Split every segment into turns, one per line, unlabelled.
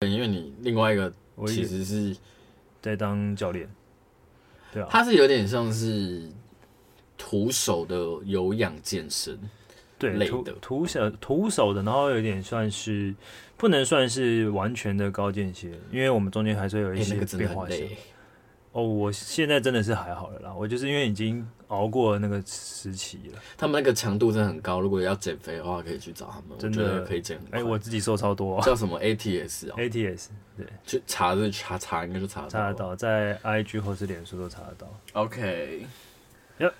分，因为你另外一个
我
其
也
实是
在当教练，对啊，
它是有点像是徒手的有氧健身，
对
类
徒
的
徒手徒手的，然后有点算是不能算是完全的高间歇，因为我们中间还是会有一
哎、那
些
个真的
变化
很
性。
累。
哦，我现在真的是还好了啦，我就是因为已经熬过了那个时期了。
他们那个强度真的很高，如果要减肥的话，可以去找他们，
真的
我觉得可以减很 快。
哎、我自己瘦超多、
叫什么 ATS 哦，
ATS
去查就查查，应该就查得
查得
到。
到，在 IG 或是脸书都查得到。
OK，
Yep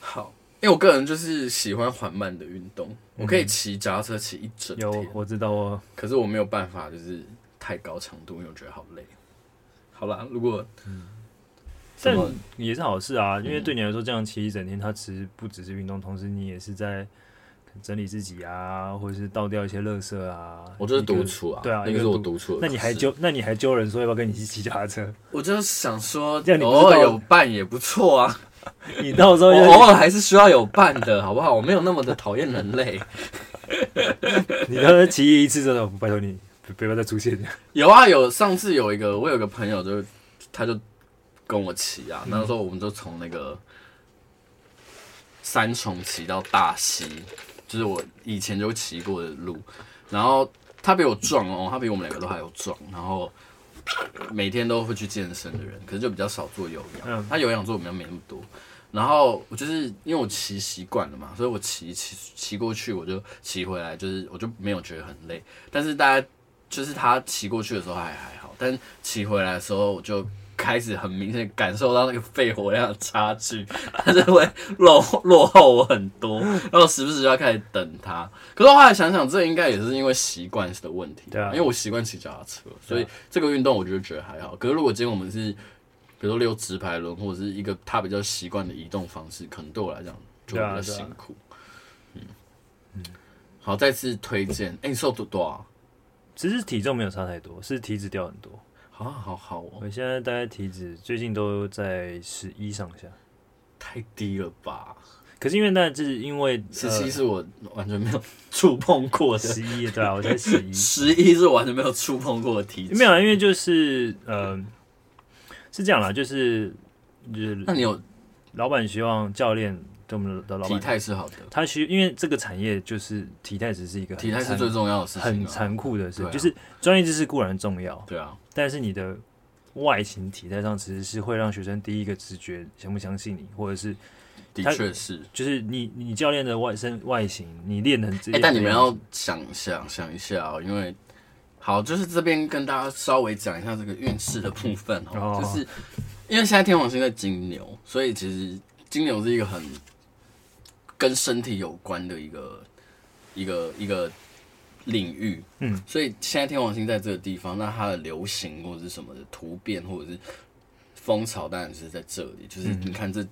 好，因为我个人就是喜欢缓慢的运动，我可以骑脚踏车骑一整
嗯有
天，
我知道哦，
可是我没有办法就是太高强度，因为我觉得好累。好啦，如果什
但
么
也是好事啊，因为对你来说这样骑一整天，它其实不只是运动，同时你也是在整理自己啊，或者是倒掉一些垃圾啊。
我就是
一个
独处啊，
对啊，
那
一
个
个
是我
独
独处的
那你还
方式
揪，那你还揪人说要不要跟你一起骑脚踏车？
我就想说
这样，你不是哦
偶尔
到
有伴也不错啊。
你到时候
我
要
偶尔还是需要有伴的，好不好？我没有那么的讨厌人类。
你到时候骑一次这种，拜托你不不要再出现这样。
有啊，有上次有一个，我有个朋友就他就跟我骑啊，那时候我们就从那个三重骑到大溪，就是我以前就骑过的路。然后他比我壮哦，他比我们两个都还要壮，然后每天都会去健身的人，可是就比较少做有氧。
嗯
他有氧做比较没那么多。然后我就是因为我骑习惯了嘛，所以我骑骑骑过去，我就骑回来，就是我就没有觉得很累。但是大家就是他骑过去的时候还还好，但骑回来的时候我就开始很明显地感受到那个肺活量的差距， 他就会落落后我很多，然后时不时就要开始等他。可是我后来想想，这应该也是因为习惯的问题，
对啊
因为我习惯骑脚踏车，所以这个运动我就觉得还好。可是如果今天我们是比如说溜直排轮或者是一个他比较习惯的移动方式，可能对我来讲就
对啊
会比较
对啊
辛苦。嗯好，再次推荐。哎、你瘦多多少？
其实体重没有差太多，是体脂掉很多。
好好好哦，
我现在大概体脂最近都在十一上下，
太低了吧？
可是因为那是因为呃
十七是我完全没有触碰过的，，
十一、11对啊，我才十一
十一是我完全没有触碰过的体脂。
没有，啊，因为就是呃是这样啦，就是就是
那你有
老板希望教练对我们的老
体
板，啊
态是好的，
他需因为这个产业就是体态只是一个很
体态是
残
最重要的事
很
情、啊。
残酷的事，
对啊
就是专业知识固然重要，
对啊，
但是你的外形体态上其实是会让学生第一个直觉相不相信你，或者是
的
他
确是。
就是你你教练的外身外形，你练成这
哎、但你们要想想想一下哦，因为好，就是这边跟大家稍微讲一下这个运势的部分哦，
哦
就是因为现在天王星在金牛，所以其实金牛是一个很跟身体有关的一个一个一个领域，
嗯，
所以现在天王星在这个地方，那它的流行或者是什么的突变或者是风潮，当然是在这里，就是你看这。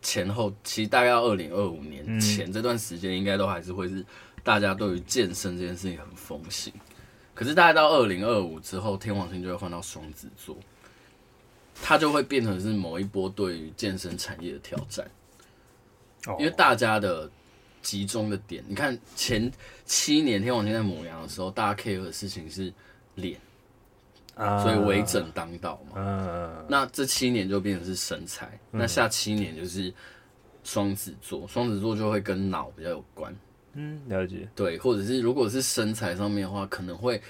前后其实大概到二零二五年前这段时间，应该都还是会是大家对于健身这件事情很风行。可是大概到二零二五之后，天王星就会换到双子座，它就会变成是某一波对于健身产业的挑战，
哦
因为大家的集中的点，你看前七年天王星在母羊的时候，大家 care 的事情是脸，
啊
所以微整当道嘛。
嗯，
那这七年就变成是身材，那下七年就是双子座，双子座就会跟脑比较有关，
嗯，了解，
对，或者是如果是身材上面的话，可能会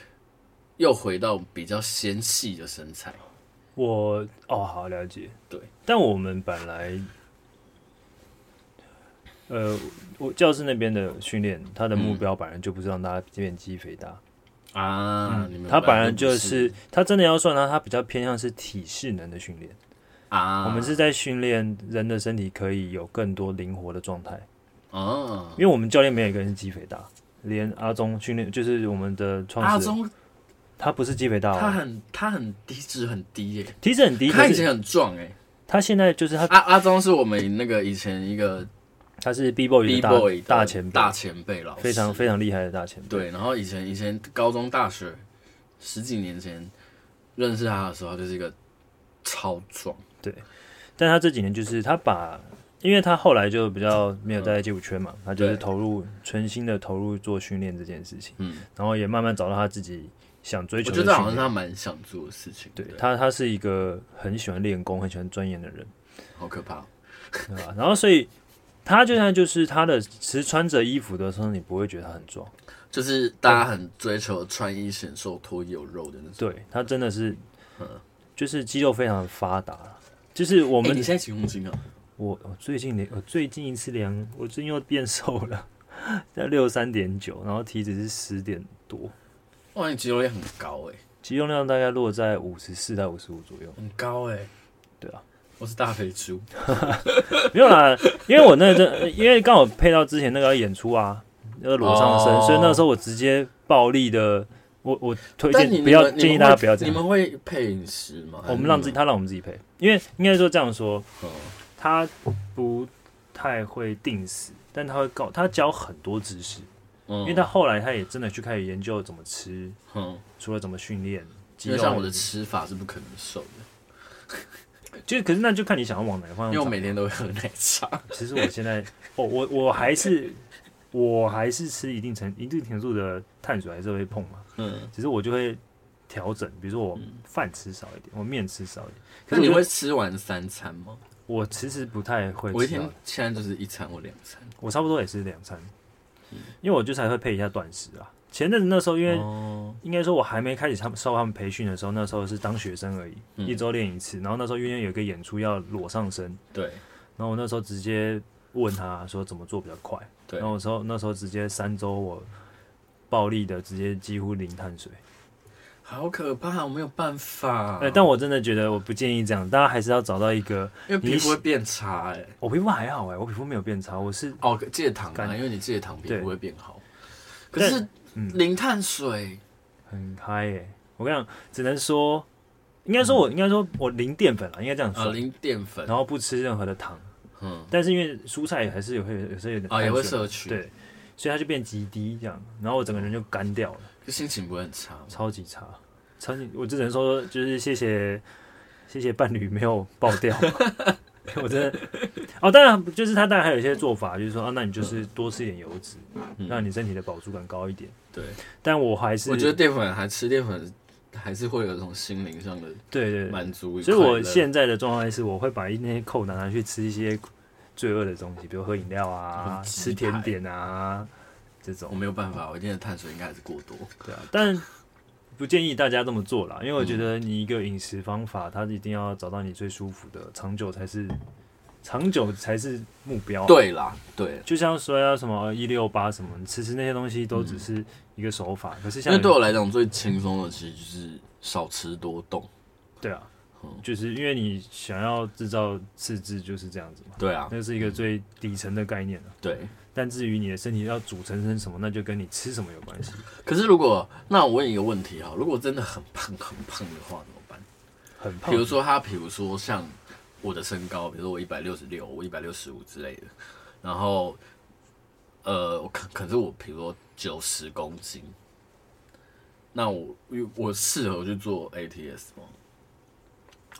又回到比较纤细的身材，
我哦好了解，
对，
但我们本来，呃，我教室那边的训练，他的
嗯
目标本来就不是让大家变肌肥大，
啊，你们
嗯他本来
来
就
不
是他真的要算他，他比较偏向是体适能的训练，
啊，
我们是在训练人的身体可以有更多灵活的状态。
啊
因，为我们教练没有一个人是肌肥大，连阿忠训练就是我们的
阿
创始人，
忠
他不是肌肥大、
他
哦，
很他很体脂很低耶、
体脂很低，
他
可
以
是
前很壮哎、
他现在就是他
阿阿忠是我们那个以前一个
他是 B boy
B
的
boy
大大前辈
大，前辈老师，
非常非常厉害的大前辈。
对，然后以前以前高中、大学十几年前认识他的时候，他就是一个超壮，
但他这几年就是他把，因为他后来就比较没有待在街舞圈嘛，他就是
嗯对
投入全心的投入做训练这件事情，
嗯，
然后也慢慢找到他自己想追
我
求
觉
的
得好像
训
是
练。
他蛮想做的事情，
对他，他是一个很喜欢练功、很喜欢钻研的人，
好可怕。哦
对吧？然后所以他就像就是他的，其实穿着衣服的时候，你不会觉得他很壮。
就是大家很追求穿衣显瘦、脱衣有肉的那种。
对他真的是，
嗯
就是肌肉非常发达啦就是我
我
们、
你现在几公斤啊？
我我最近量，我最近一次量，我最近又变瘦了，在六三点九，然后体脂是十点多，
哇，你肌肉量很高哎、
肌肉量大概落在五十四到五十五左右。
很高哎、
对啊，
我是大肥猪。
没有啦，因为我那阵，因为刚好配到之前那个要演出啊，那个裸上身，
哦
所以那时候我直接暴力的，我我推
但你
荐不要
你们
建议大家不要这
你
样，
们会配饮食吗？
我们让自己他让我们自己配，因为应该说这样说，
哦
他不太会定死，但他会告他教很多知识，
嗯，
因
因
为他后来他也真的去开始研究怎么吃，
嗯，
除了怎么训练肌
因为
肉，
像我的吃法是不可能瘦的，
就可是那就看你想要往哪个方
因为
向
我
走。
每天都会喝奶茶。
其实我现在，哦，我我还是我还是吃一定程一定程度的碳水还是会碰嘛，
嗯，
只是我就会调整，比如说我饭吃少一点，我面吃少一点。
那
可是
你
我
会
就
吃完三餐吗？
我其实不太会
我一
吃啊
天
到，
现在就是一餐或两餐，
我差不多也是两餐，因为我就才会配一下断食啊。前阵子那时候因为
哦，
应该说，我还没开始他们受他们培训的时候，那时候是当学生而已，
嗯
一周练一次。然后那时候因为有一个演出要裸上身，
对
然后我那时候直接问他说怎么做比较快。
对
然后我说那时候直接三周我暴力的直接几乎零碳水。
好可怕，我没有办法。
哎，但我真的觉得我不建议这样，大家还是要找到一个。
因为皮
你
肤会变差哎、
我皮肤还好哎、我皮肤没有变差，我是
哦，戒糖
感
啊，因为你戒糖皮
对
肤会变好。可是
嗯
零碳水，
很嗨哎、我跟你讲，只能说，应该说我、应该说我零淀粉啊，应该这样说。
呃，嗯零淀粉，
然后不吃任何的糖，
嗯，
但是因为蔬菜还是有会有有时候有点
啊，也
碳
会
水
摄取，，
对，所以它就变极低这样，然后我整个人就干掉了，
心情不会很差吗。
超级差，超级，我只能说就是谢谢谢谢伴侣没有爆掉， 我真的，哦，当然就是他当然还有一些做法，就是说啊，那你就是多吃一点油脂，让你身体的饱足感高一点，
对，
但我还是
嗯我觉得淀粉还吃淀粉，还是会有一种心灵上的
对对对，
满足与
所以
快
我
乐
现在的状态是我会把那些扣拿拿去吃一些罪恶的东西，比如喝饮料啊，
嗯鸡
吃甜
排
点啊这种
我。没有办法，我一天的碳水应该还是过多。
对啊，但不建议大家这么做啦，因为我觉
嗯
得你一个饮食方法，它一定要找到你最舒服的，长久才是长久才是目标。，啊
对啦，对，
就像说要什么呃一六八什么，其实那些东西都只是一个手法，可是
因
像
为嗯对我来讲最轻松的其实就是少吃多动。
对啊
嗯，
就是因为你想要制造赤字就是这样子嘛，
对啊，
那是一个最底层的概念了。啊
对。
但至于你的身体要组成成什么，那就跟你吃什么有关系。
可是如果那我问一个问题哈，如果真的很胖很胖的话怎么办？
很胖
比，如说他，比如说像我的身高，比如说我一百六十六，我一百六十五之类的，然后呃，我可可是我比如说九十公斤，那我我适合去做 ATS 吗？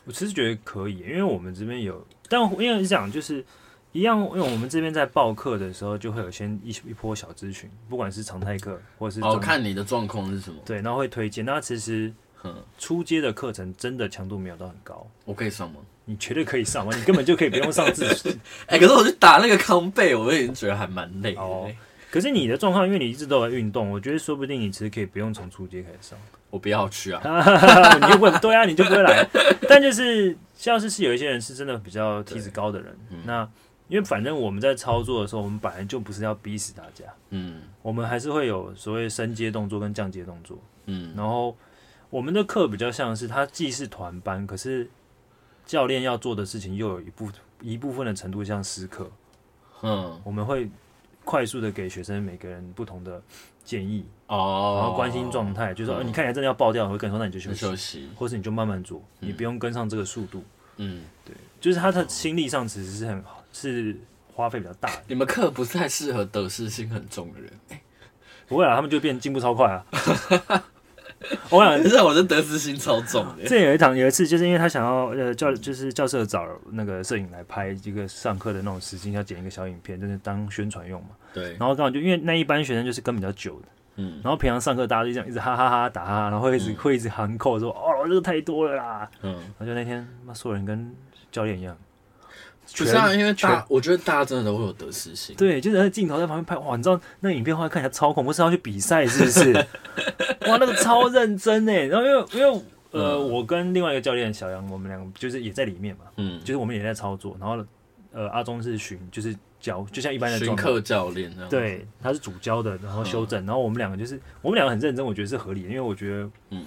我其实觉得可以，因为我们这边有，但因为是这样，就是一样，因为我们这边在报课的时候，就会有先一一波小咨询，不管是常态课或者是
哦，
中
看你的状况是什么，
对，然后会推荐。那其实
哼，
初阶的课程真的强度没有到很高，
我可以上吗？
你绝对可以上完，你根本就可以不用上自 习。
哎、可是我去打那个康贝，我已经觉得还蛮累的、
哦可是你的状况，因为你一直都有运动，我觉得说不定你其实可以不用从初阶开始上。
我不要去啊，
你就不能对啊，你就不会来。但就是像是是有一些人是真的比较体脂高的人，那因为反正我们在操作的时候，我们本来就不是要逼死大家，
嗯
我们还是会有所谓升阶动作跟降阶动作。
嗯，
然后我们的课比较像是它既是团班，可是教练要做的事情又有一部一部分的程度像私课，
哼，
我们会快速的给学生每个人不同的建议，
哦，
然后关心状态，就说、呃你看起来真的要爆掉，我会跟你说那你就休
就
息
休。息，
或是你就慢慢做，你不用跟上这个速度。
嗯，
就是他的心力上其实是很是花费比较大的，
你们课不太适合得失心很重的人。
不会啊，他们就变进步超快啊。 我想
但是啊我的得失心超重的。
之前有一堂有一次，就是因为他想要呃教就是教授找那个摄影来拍一个上课的那种时间，要剪一个小影片，就是当宣传用嘛。
对，
然后刚好就因为那一班学生就是跟比较久的，
嗯
然后平常上课大家就这样一直哈哈哈打哈哈，然后会一直、
嗯
会一直喊扣说哦这个太多了啦，
嗯，
然后就那天妈所有人跟教练一样，
不是啊，
全
因为大，我觉得大家真的都会有得失心。
对，就是那个镜头在旁边拍，哇，你知道那个影片后来看起来超恐怖，是要去比赛是 不是？哇，那个超认真哎，然后因为因为呃，
嗯
我跟另外一个教练小杨，我们两个就是也在里面嘛，
嗯，
就是我们也在操作，然后呃，阿忠是巡，就是教，就像一般的
巡
状态
课教练这样。，
对，他是主教的，然后修正，然后我们两个就是我们两个很认真，我觉得是合理的，因为我觉得
嗯，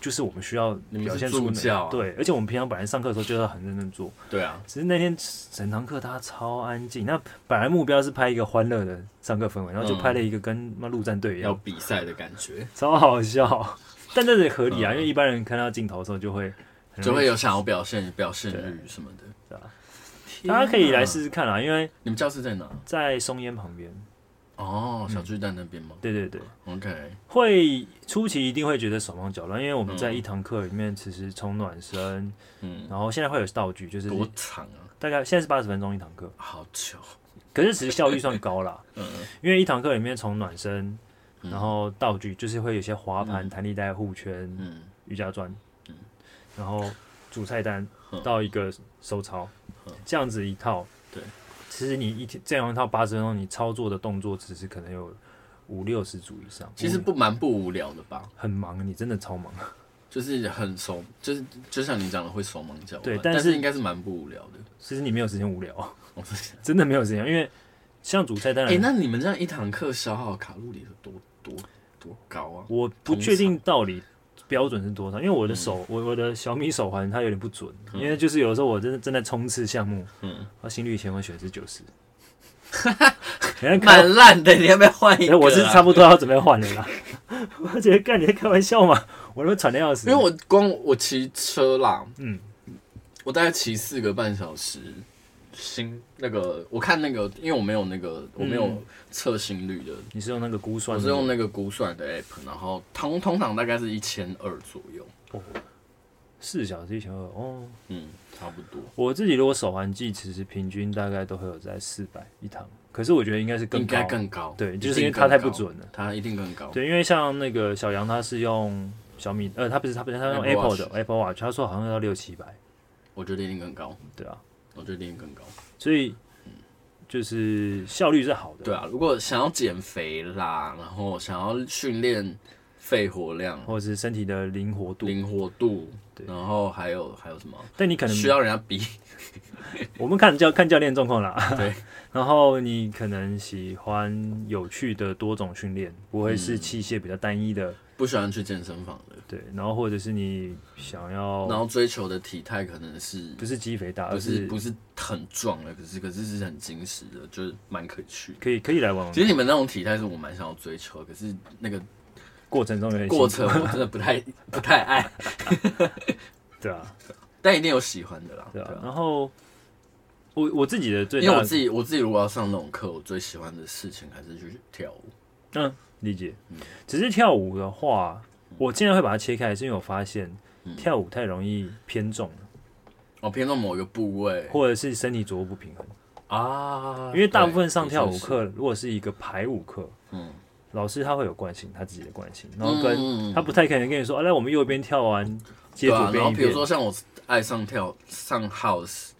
就是我们需要
你们
表
是
现出
助
能
教啊
对，而且我们平常本来上课的时候就要很认真做，
对啊，
只是那天整堂课大家超安静，那本来目标是拍一个欢乐的上课氛围，然后就
嗯
拍了一个跟那陆战队一样，
要比赛的感觉，
超 好笑，但这也合理啊，
嗯
因为一般人看到镜头的时候就会很容易
就会有想要表现表现欲什么的。
对啊
天哪
大家可以来试试看啊啦，因为
你们教室在哪？
在松烟旁边，
哦，小巨蛋那边吗
对对对。
？OK，
会初期一定会觉得手忙脚乱，因为我们在
嗯
一堂课里面，其实从暖身，
嗯，
然后现在会有道具，就是
多长啊？
大概现在是八十分钟一堂课，
好久。
可是其实效率算高啦，
嗯
因为一堂课里面从暖身，
嗯
然后道具就是会有一些滑盘、弹力带、护圈、
嗯
瑜伽砖
嗯，
然后主菜单
嗯
到一个收操
嗯，
这样子一套，
对，
其实你一天这样一套八十分钟，你操作的动作只是可能有五六十组以上，
其实不蛮不无聊的吧，
很忙，你真的超忙。
就是很手，就是就像你讲的会手忙脚乱，
对但
但
是
应该是蛮不无聊的。
其实你没有时间无聊，
我在想，
真的没有时间，因为像主菜单
哎、
然，
那你们这样一堂课消耗卡路里有多多多高啊？
我不确定到底标准是多少，因为我的手，我我的小米手环它有点不准，
嗯
因为就是有的时候我真的正在冲刺项目，
嗯，
啊，心率以前我选的是九 十，人家看
蛮烂的，你要不要换一
哎、
个、啊？
我是差不多要准备换了啦，我觉得干你在开玩笑嘛，我他妈喘的要死，
因为我光我骑车啦，
嗯
我大概骑四个半小时。心那个，我看那个，因为我没有那个，我没有
嗯
测心率的，
你是用那个估
我
算
是
的，
用那个估算的 app，然后通通常大概是一千二左右，
四小时一千二哦，
嗯，差不多，
我自己如果手环计，其实平均大概都会有在四百一堂，可是我觉得应该是更
应
高
该更高，
对，
一
就是
定
因为它太不
更高
准了。
它一定更高。
对，因为像那个小杨，他是用小米，呃，他不是，他不是，他用
Apple
Apple
Watch
的 Apple Watch，他说好像要六七百，
我觉得一定更高，
对啊，
我觉得一定更高。
所以就是效率是好的，
对，啊，如果想要减肥啦，然后想要训练肺活量、
或者是身体的灵活度，
灵活度，
对
然后还有还有什么
但你可能
需要人家比？
我们看教看教练状况啦，
对，
然后你可能喜欢有趣的多种训练，不会
嗯
是器械比较单一的，
不喜欢去健身房的，
对，然后或者是你想
然
要
后追求的体态可能是
哦不是肌肥大，
不
而
是
是
不是很壮的，可是可是是很精实的，就是蛮可以去的。
可以可以来玩玩
其，实你们那种体态是我蛮想要追求的，可是那个
过程中有点
过
辛苦，
程我真的不 太不太爱，
对啊，
但一定有喜欢的啦。
对
对
啊，
啊，
然后。我我自己的最大
因
的，
为我自己我自己如果要上那种课，我最喜欢的事情还是去跳舞。
嗯，理解。只是跳舞的话，我尽量会把它切开，是因为我发现
嗯
跳舞太容易偏重了，
哦，偏重某一个部位
或者是身体左右不平衡。
啊，
因为大
对
部分上跳舞，
的确是
课，如果是一个排舞课，
嗯，
老师他会有惯性，他自己的惯性，然后跟、
嗯
他不太可能跟你说，啊，来我们右边跳完接
对
左
啊，然
边
后
一
比如
遍。
说像我爱上跳上 house，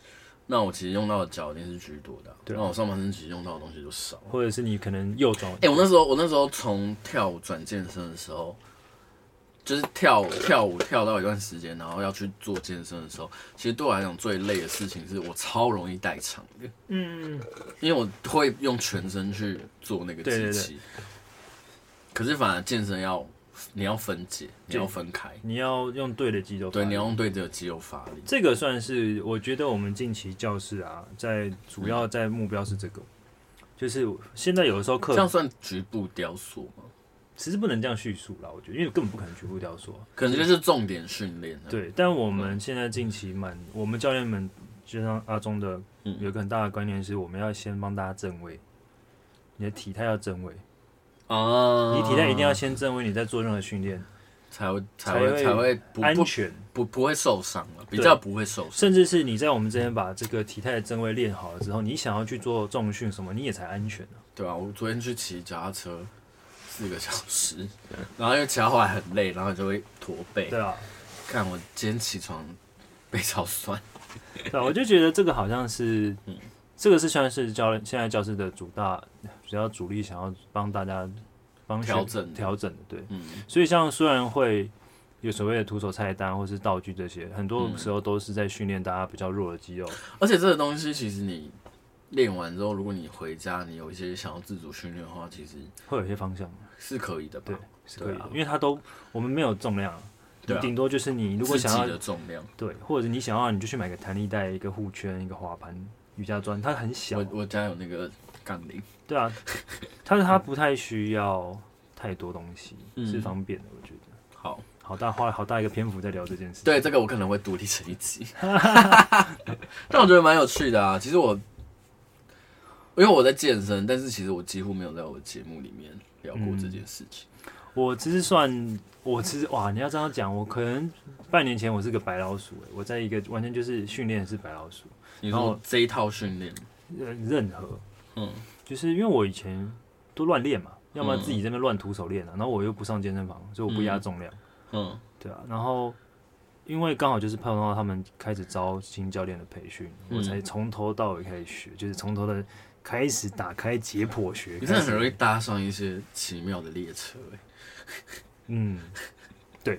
那我其实用到的脚一定是居多的啊，
对啊
那我上半身其实用到的东西就少。
或者是你可能右转，
哎、我那时候我那时候从跳舞转健身的时候，就是跳舞跳舞跳到一段时间，然后要去做健身的时候，其实对我来讲最累的事情是我超容易代偿的，
嗯，
因为我会用全身去做那个
对
机
对对
器。可是反而健身要你要分解，你
对
要分开，
你要用对的肌肉发
对，
力。
你要用对这个肌肉发力。
这个算是我觉得我们近期教室啊，在主要在目标是这个，就是现在有的时候课
这样算局部雕塑吗？
其实不能这样叙述啦，我觉得，因为根本不可能局部雕塑啊。
可能就是重点训练啊。
对，但我们现在近期蛮，我们教练们就像阿忠的，
嗯
有一个很大的观念是，我们要先帮大家正位，你的体态要正位，
啊，
你体态一定要先正位，你在做任何训练
才会才
才
会
会
才会不
安
不
全，
不不会受伤了，比
对
较不会受伤。
甚至是你在我们这边把这个体态的正位练好了之后，你想要去做重训什么，你也才安全啊。
对啊，我昨天去骑脚踏车，四个小时，然后又骑到后来很累，然后你就会驼背。
对啊，
看我今天起床背超酸，
对啊，我就觉得这个好像是，
嗯
这个是算是教练现在教室的主大比较主力想要帮大家帮学
调整的
调整的，对。
嗯，
所以像虽然会有所谓的徒手菜单或是道具这些，很
嗯
多时候都是在训练大家比较弱的肌肉。
而且这个东西其实你练完之后，如果你回家你有一些想要自主训练的话，其实
会有一些方向，
是可以的吧
对？是可以的，
对啊
因为它都我们没有重量，你
对啊
顶多就是你如果想
自己
要
的重量，
对，或者你想要你就去买个弹力带、一个护圈、一个滑盘、瑜伽砖，它很小
我，我家有那个杠铃，
对啊，但是它不太需要太多东西，
嗯
是方便的，我觉得。
好，
好大花好大一个篇幅在聊这件事，
对这个我可能会独立成一 集，但我觉得蛮有趣的啊。其实我因为我在健身，但是其实我几乎没有在我的节目里面聊过这件事情。
我只是算，我其实哇，你要这样讲，我可能半年前我是个白老鼠、欸，我在一个完全就是训练是白老鼠，
你
然
说
后
这一套训练，
呃，任何
嗯，
就是因为我以前都乱练嘛，要么
嗯
自己在那边乱徒手练啊，然后我又不上健身房，所以我不压重量，
嗯
对啊，然后因为刚好就是碰到他们开始招新教练的培训，
嗯
我才从头到尾开始学，就是从头的开始打开解剖学，
你真的
开始
很容易搭上一些奇妙的列车、欸。
嗯，对。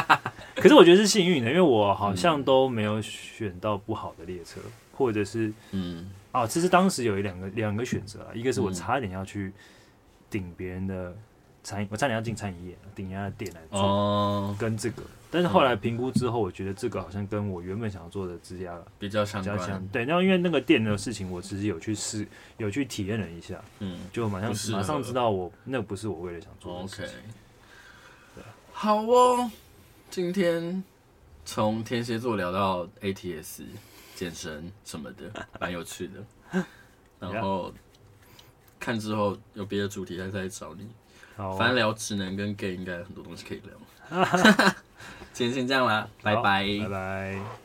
可是我觉得是幸运的，因为我好像都没有选到不好的列车，或者是
嗯
啊，其实当时有一两个两个选择啊，一个是我
嗯
差一点要去顶别人的餐饮，我差点要进餐饮业，顶人家的店来做，
哦，
跟这个。但是后来评估之后，我觉得这个好像跟我原本想要做的之家
比较相
比较像
关，。
对，然后因为那个店的事情，我其实有去试，有去体验了一下，
嗯
就马上
不适合
马上知道我那不是我为了想做的事情
哦，OK，好哦。今天从天蝎座聊到 ATS 健身什么 的，蛮有趣的。然后看之后有别的主题再再找你。
好，哦
反正聊直男 跟 gay 应该很多东西可以聊。今天先这样啦，拜
好
拜。
拜拜。